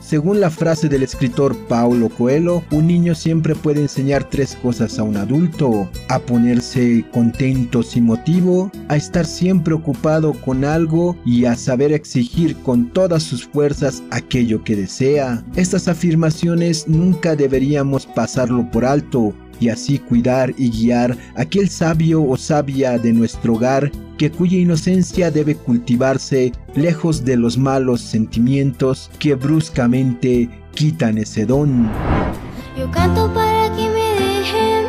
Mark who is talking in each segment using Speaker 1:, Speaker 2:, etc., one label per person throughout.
Speaker 1: Según la frase del escritor Paulo Coelho, un niño siempre puede enseñar tres cosas a un adulto, a ponerse contento sin motivo, a estar siempre ocupado con algo y a saber exigir con todas sus fuerzas aquello que desea. Estas afirmaciones nunca deberíamos pasarlo por alto, y así cuidar y guiar aquel sabio o sabia de nuestro hogar que cuya inocencia debe cultivarse lejos de los malos sentimientos que bruscamente quitan ese don.
Speaker 2: Yo canto para que me dejen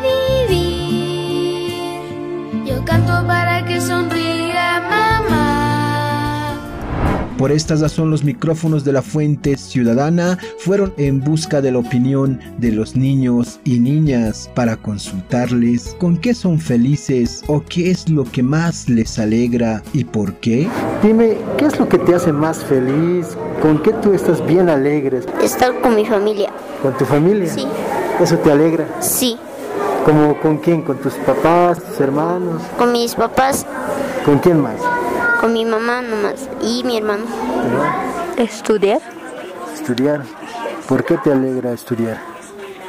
Speaker 2: vivir. Yo canto para que sonría mamá.
Speaker 1: Por esta razón los micrófonos de la Fuente Ciudadana fueron en busca de la opinión de los niños y niñas para consultarles con qué son felices o qué es lo que más les alegra y por qué.
Speaker 3: Dime, ¿qué es lo que te hace más feliz? ¿Con qué tú estás bien alegre?
Speaker 4: Estar con mi familia.
Speaker 3: ¿Con tu familia?
Speaker 4: Sí.
Speaker 3: ¿Eso te alegra?
Speaker 4: Sí.
Speaker 3: ¿Como con quién? ¿Con tus papás, tus hermanos?
Speaker 4: Con mis papás,
Speaker 3: ¿Con quién más?
Speaker 4: con mi mamá nomás y mi hermano.
Speaker 5: Estudiar,
Speaker 3: Estudiar. ¿Por qué te alegra estudiar?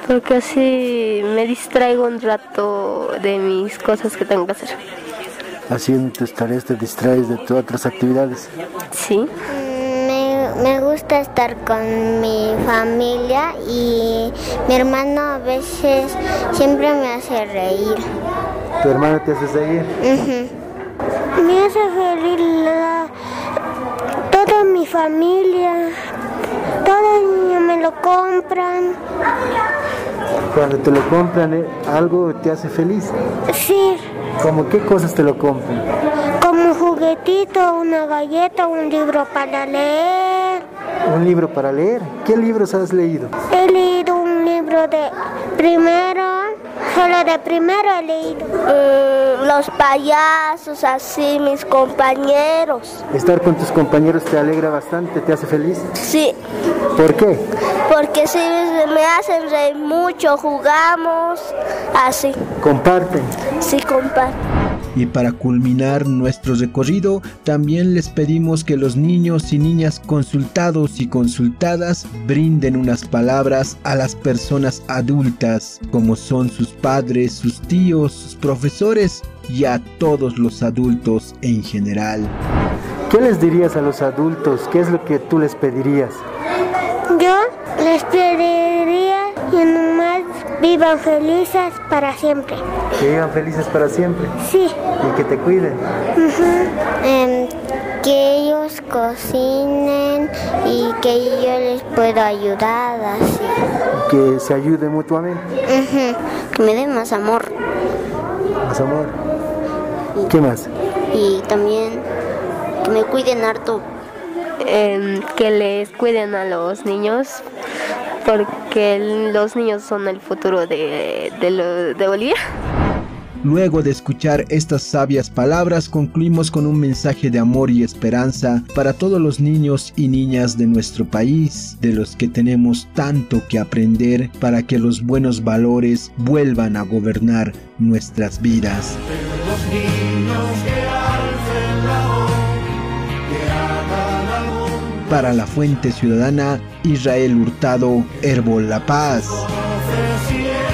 Speaker 5: porque así me distraigo un rato de mis cosas que tengo que hacer.
Speaker 3: Haciendo tus tareas te distraes de tus otras actividades.
Speaker 5: Sí,
Speaker 6: Me, me gusta estar con mi familia y mi hermano a veces siempre me hace reír.
Speaker 3: ¿Tu hermano te hace seguir?
Speaker 6: Me hace feliz toda mi familia. Todos me lo compran.
Speaker 3: Cuando te lo compran, eh, algo te hace feliz.
Speaker 6: Sí,
Speaker 3: ¿Cómo qué cosas te lo compran?
Speaker 6: como un juguetito, una galleta, un libro para leer.
Speaker 3: ¿Un libro para leer? ¿Qué libros has leído?
Speaker 6: He leído un libro de primero, solo de primero he leído.
Speaker 4: Eh, los payasos, así mis compañeros.
Speaker 3: Estar con tus compañeros te alegra bastante, te hace feliz.
Speaker 4: Sí,
Speaker 3: ¿Por qué?
Speaker 4: porque sí me hacen reír mucho, jugamos así,
Speaker 3: Comparten.
Speaker 4: sí compadre.
Speaker 1: Y para culminar nuestro recorrido, también les pedimos que los niños y niñas consultados y consultadas brinden unas palabras a las personas adultas, como son sus padres, sus tíos, sus profesores y a todos los adultos en general.
Speaker 3: ¿Qué les dirías a los adultos? ¿Qué es lo que tú les pedirías?
Speaker 6: Yo les pediría que nomás vivan felices para siempre.
Speaker 3: Que vivan felices para siempre
Speaker 6: Sí.
Speaker 3: y que te cuiden.
Speaker 4: Em,
Speaker 6: que ellos cocinen y que yo les pueda ayudar así.
Speaker 3: Que se ayuden mutuamente.
Speaker 4: Que me den más amor
Speaker 3: Más amor. ¿Qué más?
Speaker 4: y también que me cuiden harto.
Speaker 5: em, que les cuiden a los niños, porque el- los niños son el futuro de, de, lo- de Bolivia.
Speaker 1: Luego de escuchar estas sabias palabras, concluimos con un mensaje de amor y esperanza para todos los niños y niñas de nuestro país, de los que tenemos tanto que aprender para que los buenos valores vuelvan a gobernar nuestras vidas. Para la Fuente Ciudadana, Israel Hurtado, Herbol La Paz.
Speaker 7: ofreciendo